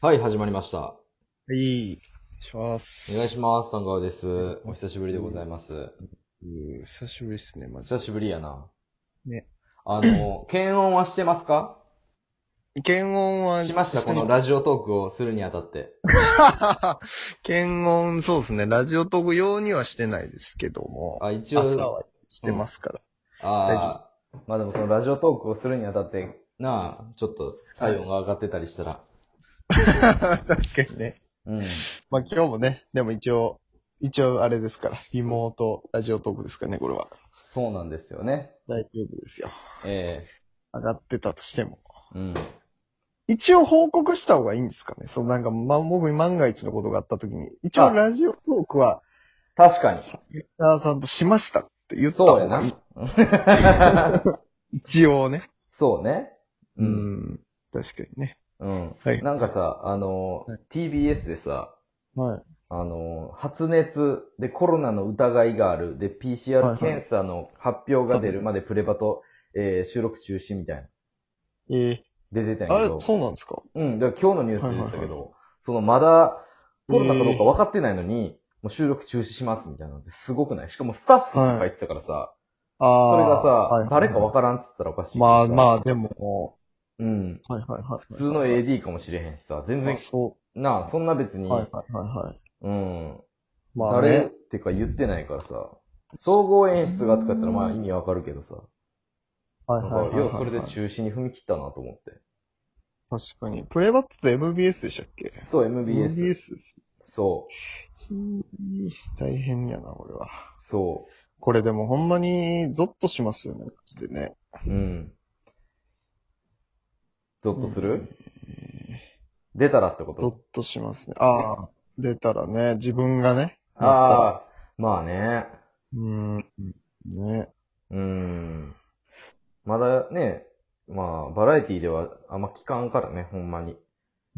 はい、始まりました。はい。お願いします。お願いします。三川です。お久しぶりでございます。うん久しぶりですね、マジ久しぶりやな。ね。あの、検温はしてますかで。検温は、しました、このラジオトークをするにあたって。 検温、そうですね。ラジオトーク用にはしてないですけども。あ、一朝応、はしてますから。あーまあでもそのラジオトークをするにあたって、なあ、ちょっと体温が上がってたりしたら。 確かにね。うん。まあ今日もね、でも一応、一応あれですから。リモートラジオトークですからね、これは。そうなんですよね。大丈夫ですよ。え上がってたとしても。えうん。一応報告した方がいいんですかね。そうなんか、ま、僕に万が一のことがあった時に。一応ラジオトークは、確かに。あーさんとしましたって言った方そうがいやいな。一応ね。 そうね。う。ん。確かにね。うん。はいなんかさ、あのはい、 TBS でさ、はい。あの、発熱でコロナの疑いがある、で、はい PCR はい検査の発表が出るまでプレバト、えー収録中止みたいな、え出てたんあやれ、けど、そうなんですかうん、だから今日のニュースでしたけど、はいはいそのまだコロナかどうか分かってないのに、もう収録中止しますみたいなのってすごくないしかもスタッフとか言ってたからさ、あそれがさ、誰か分わからんっつったらおかしいまあまあ。あ、でも、うん。はいはいはい。普通の AD かもしれへんしさ、全然あ、そなあ、そんな別う。に、はいはいはいはい。うん、まあ、誰っね、てか言ってないからさ、総合演出がとかやったらまあ意味わかるけどさ、はいなはんいか、はいい、や、はそい。れで中止に踏み切ったなと思って。確かに。プレイバットと MBS でしたっけそう、MBS。 MBS です。そう、ひー大変やな、これは。そこれでもほんまにゾッとしますよね、マジでね。う、うん。ゾッとする、え出たらってこーゾとッとしますね。ああ、出たらね、自分がね。あ。ああ、まあね。うん。ね。うん。まだね、まあ、バラエティではあんま聞かんからね、ほんまに。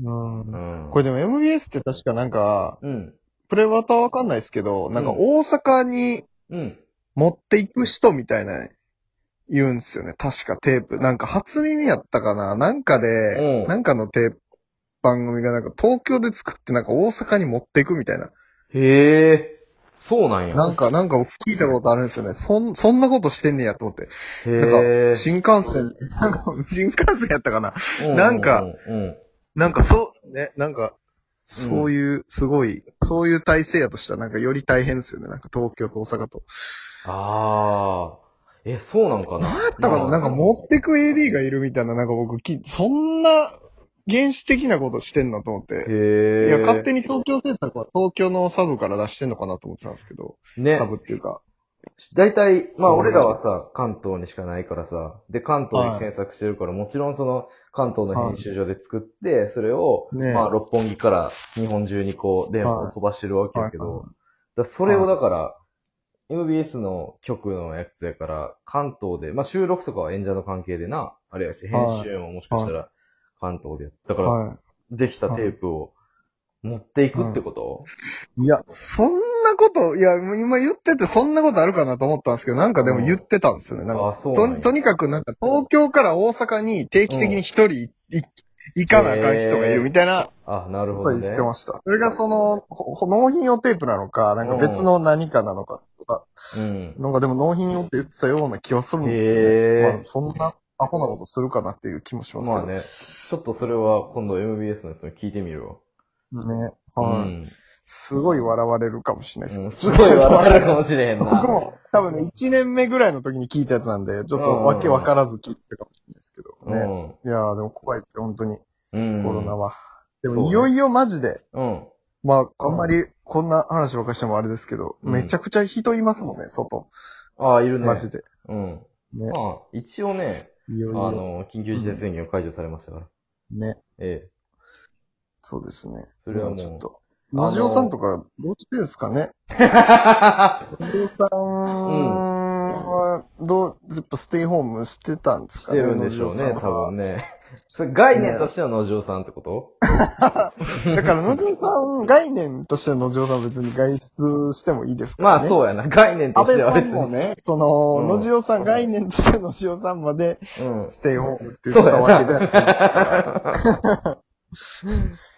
うんう。ん。これでも MBS って確かなんか、うん。プレバタはわかんないですけど、なんか大阪にうん。持っていく人みたいな、言うんですよね。確かテープ。なんか初耳やったかななんかうでん、なんかのテープ、番組がなんか東京で作ってなんか大阪に持っていくみたいな。へえ、そうなんや。なんか、なんか聞いたことあるんですよね。そん、そんなことしてんねやと思って。へえ。新幹線、なんか新幹線やったかなうなんか、うんうんうん。なんかそう、ね、なんか、そういう、すごい、そういう体制やとしたら、なんかより大変ですよね。なんか東京と大阪と。ああ。え、そうなんかななんやったかななんか持ってく AD がいるみたいな、なんか僕き、そんな原始的なことしてんなと思って。いへえ。や、勝手に。に東京制作は東京のサブから出してんのかなと思ってたんですけど、ねサ。ブっていうか。大体、まあそう俺らはさ、関東にしかないからさ、で、関東に検索してるから、もちろんその、関東の編集所で作って、それを、ねえまあ六本木から日本中にこう、電波を飛ばしてるわけやけはいどは、だそれをだから、MBS の局のやつやから、関東で、まあ収録とかは演者の関係でな、あれやし、編集ももしかしたら関東でやったから、はできたテープを持っていくってこと、い。いや、そんなこと、いや、今言っててそんなことあるかなと思ったんですけど、なんかでも言ってたんですよね。なんか、あ、そうとなんや、とにかくなんか東京から大阪に定期的に一人いい行かなあかん人がいるみたいな、あ、なるほとど言ねって。ました。それがその、ほ納品用テープなのか、なんか別の何かなのかとか、うん。なんかでも納品用って言ってたような気はするんですよへーね。まあ、そんなアホなことするかなっていう気もしますけまあど。ね、ちょっとそれは今度 MBS の人に聞いてみるわ。ね。うはい、ん。すごい笑われるかもしれないですけうど。んすごい笑われるかもしれへん僕な。も多分ね、1年目ぐらいの時に聞いたやつなんで、ちょっとわけわからず聞いたかもしれないですけどね。いやーでも怖いですよ、本当に、うん。うん。コロナは。でそうもねいよいよマジで、うん。まあ、あんまりこんな話ばっかりしてもあれですけど、うんめちゃくちゃ人いますもんね、外。ああ、いるね。マジで。うん。ねま。あ、一応ね、いよあいよ。の、緊急事態宣言を解除されましたから。ね。ええ。そうですね。それはもうちょっと。あののじおさんとか、どうしてですかねのじおさんは、どう、やっぱステイホームしてたんです しかてねるんでしょうね、のじおさん多は分ね。それ概念としては農場さんってこと だから、のじおさん、概念としてのじおさんは別に外出してもいいですからまね。あそうやな。概念と安して倍はさ別んに。もね、そうんの、のじおさん、概念としてのじおさんまで、うん。ステイホームって言っそうたやわけではないですから。な。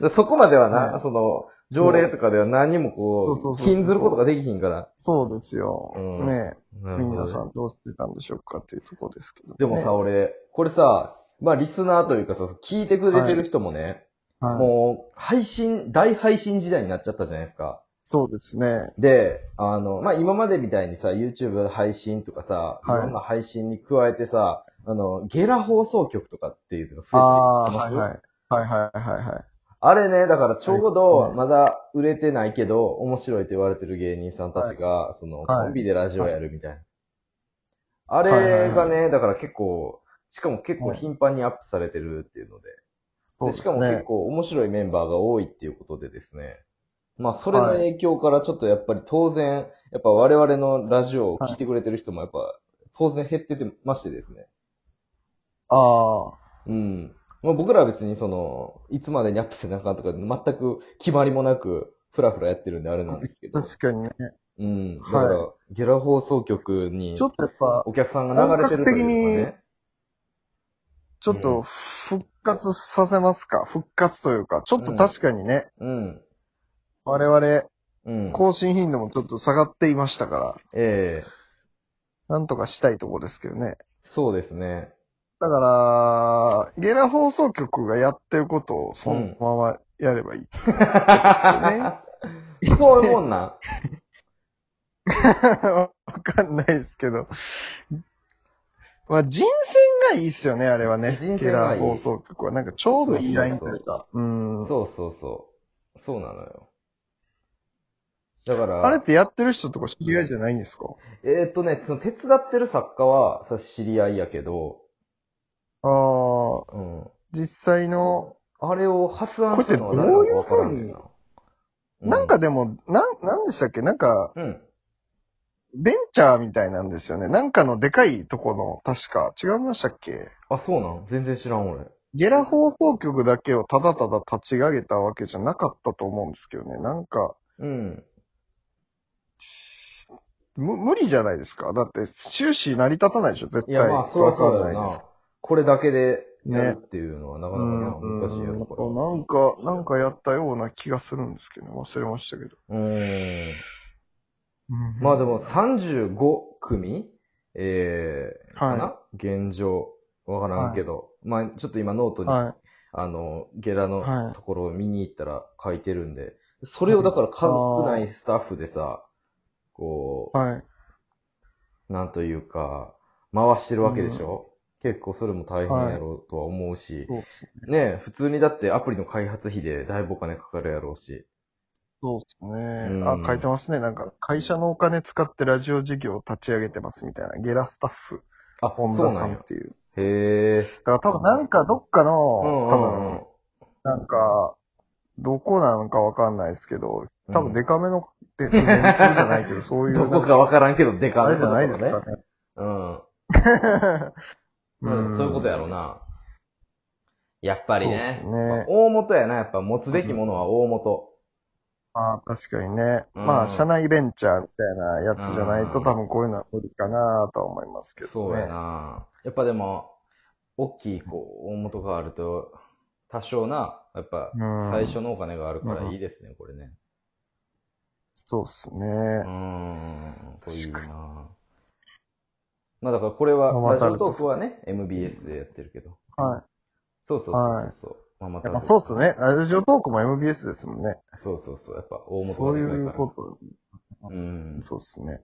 で そこまではな、はいその、条例とかでは何もこそうう、そうそうそう禁ずることができひんから。そうですよ。うんねえ、なるほどね皆さんどうしてたんでしょうかっていうとこですけど、ね。でもさ、俺、これさ、まあリスナーというかさ、聞いてくれてる人もね、はい、もう、配信、大配信時代になっちゃったじゃないですか。そうですね。で、あの、まあ、今までみたいにさ、YouTube の配信とかさ、はいいろんな配信に加えてさ、あの、ゲラ放送局とかっていうのが増えてきてああー、まはすいはい。はいはいはいはい。あれね、だからちょうはどい、まだ売れてないけど、面白いと言われてる芸人さんたちが、その、はいコンビでラジオやるみたいな。あいはいれがね、だから結構、しかも結構頻繁にアップされてるっていうので、そうででしかすも結ね。構面白いメンバーが多いっていうことでですね。まあ、それの影響からちょっとやっぱり当然、やっぱ我々のラジオを聞いてくれてる人もやっぱ当然減っててましてですね。ああ、うん。まあ、僕らは別にその、いつまでにアップせなあかんとか全く決まりもなく、ふらふらやってるんであれなんですけど。確かにね。うん。だから、はゲラ放送局にちょっとやっぱ、お客さんが流れてるというか本ね。ちょっと復活させますか。復活というか、ちょっと確かにね、うん。我々、うん。更新頻度もちょっと下がっていましたから、ええなんとかしたいとこですけどね。そうですね。だから、ゲラ放送局がやってることをそのままやればいい。 そういうもんなん。わかんないですけど。まあ、人選がいいっすよね、あれはね。人選がいいゲラ放送局は。なんかちょうどいいラインというか。うん。そうそうそう。そうなのよ。だから、あれってやってる人とか知り合いじゃないんですかえーっとね、その手伝ってる作家は、さ、知り合いやけど、ああ、うん。実際の、あれを発案したのは誰なのかわからんねんな。うなんか、でも、なん、なんでしたっけなんか、うん。ベンチャーみたいなんですよね。なんかのでかいとこの、確か、違いましたっけあ、そうなん全然知らん俺。ゲラ放送局だけをただただ立ち上げたわけじゃなかったと思うんですけどね。なんか、うん。む、無理じゃないですか。だって、終始成り立たないでしょ、絶い対。や、まあ、そりゃそうだよわかんないでなす。これだけで、ねやるっていうのはなかなかうんな、難しいやろ、うこんなんか、なんかやったような気がするんですけど、忘れましたけど。れ。うん。うんまあでも、35組えー、はいかな現状。わからんけど。まあ、ちょっと今ノートに、はあの、ゲラはのいところを見に行ったら書いてるんで、それをだから数少ないスタッフでさ、こい。はい。う、なんというか、回してるわけでしょ結構それも大変やろうとは思うし、そうですね。ねえ普通にだってアプリの開発費でだいぶお金かかるやろうし、そうですね。うんあ、書いてますね。なんか、会社のお金使ってラジオ事業を立ち上げてますみたいな。ゲラスタッフ、あ、本そう田なさんんやっ。ていう。へえ。だから多分、なんかどっかの、うんうん多うん分、なんか、どこなのかわかんないですけど、多分デカ めの、で電通じゃないけど、そういう。どこかわからんけど、でかあめれじゃないですかね。うん。うん そういうことやろな。やっぱりそうっねす。ね。大元やな、やっぱ持つべきものは大元。まあ確かにね。うんまあ社内ベンチャーみたいなやつじゃないとうん多分こういうのは無理かなとは思いますけどね。そうやな。やっぱでも、大きい、こう、大元があると、多少な、やっぱ、うん最初のお金があるからいいですね、これね。そうっすね。うーん、という確かな。まあだからこれは、ママラジタルトオトークはね、MBS でやってるけど。はそうそうそうそう。ママい。タやルっトぱそうっすね。ラジオトークも MBS ですもんね。そうそうそう。やっぱ大元そうがでいかいから。うこうんと。。そうっすね。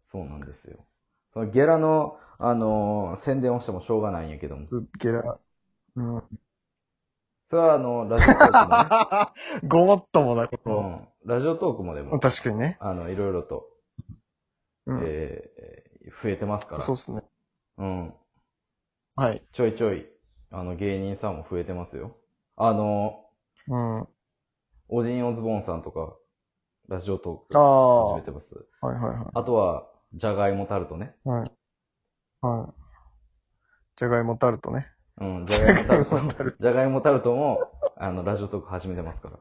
そうなんですよ。そのゲラの、あのー宣伝をしてもしょうがないんやけども。ゲラ。 うん。それはあの、ラジオトー クごもっともなこもと。ね、うん、ラジオトークもでも、確かにね。あの、いろいろと、うん。えー増えてますから。そうっすね。うん。はい。ちょいちょい、あの、芸人さんも増えてますよ。あのうん。あー、オジンオズボーンさんとか、ラジオトークあ。始はめいてます。はいはい。あとは、ジャガイモタルトね。はい。はい。じゃがいもタルトね。うん、ジャガイモタルジャガイモタルト。ジャガイモタルトも、あの、ラジオトーク始めてますから。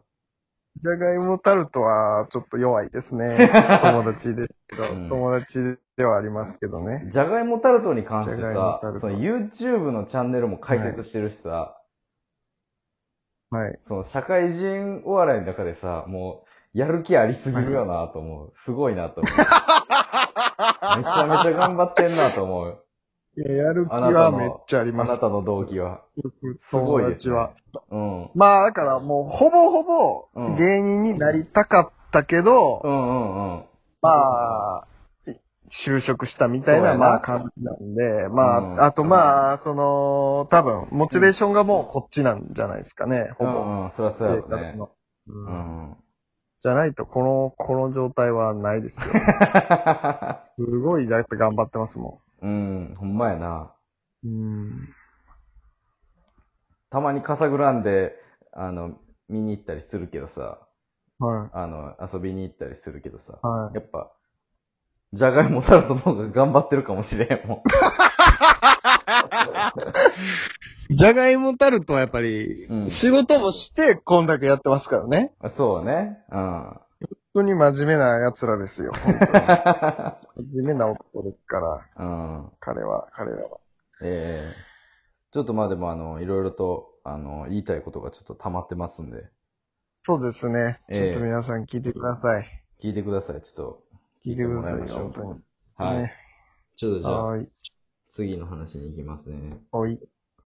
じゃがいもタルトはちょっと弱いですね。 友達ですけど、うん友達ではありますけどね。じゃがいもタルトに関してじゃがいもさタル、トその YouTube のチャンネルも開設してるしさ、ははい。その社会人お笑いの中でさ、もう、やる気ありすぎるよなと思う。すごいなと思う。めちゃめちゃ頑張ってんなと思う。いや、やる気はめっちゃありあます。なたの動機は。すごい友です、達ね。は。。うん。うんまあ、だからもう、ほぼほうんぼ、芸人になりたかったけど、うんうん。まあ、就職したみたいそうやなな、まあ、感じなんで、うまんあ、あとまあ、その、多分、モチベーションがもうこっちなんじゃないですかね、うほぼ。んうん、そりゃそうや生ろね活。の。ううんん。じゃないと、この、この状態はないですよ。すごい、だって頑張ってますもうん、ほんまやな。ん。うん。たまにカサグランデ、あの、見に行ったりするけどさ、はあの、遊びに行ったりするけどさい。、はい。やっぱ、じゃがいもタルトの方が頑張ってるかもしれんもん。じゃがいもタルトはやっぱりうん仕事もして、こんだけやってますからね。 あそうね。うん。 本当に真面目な奴らですよ。本当に真面目な男ですから、 うん。彼は、彼らは。ええちょっとまあでもあの、いろいろと、あの、言いたいことがちょっと溜まってますんで、そうですね。ちええょっと皆さん聞いてください。聞いてください。ちょっ聞いてください聞いてもらいまよ、本しょう当に。と。はい。ねちょっとじゃあ、はい。次の話に行きますね。おい。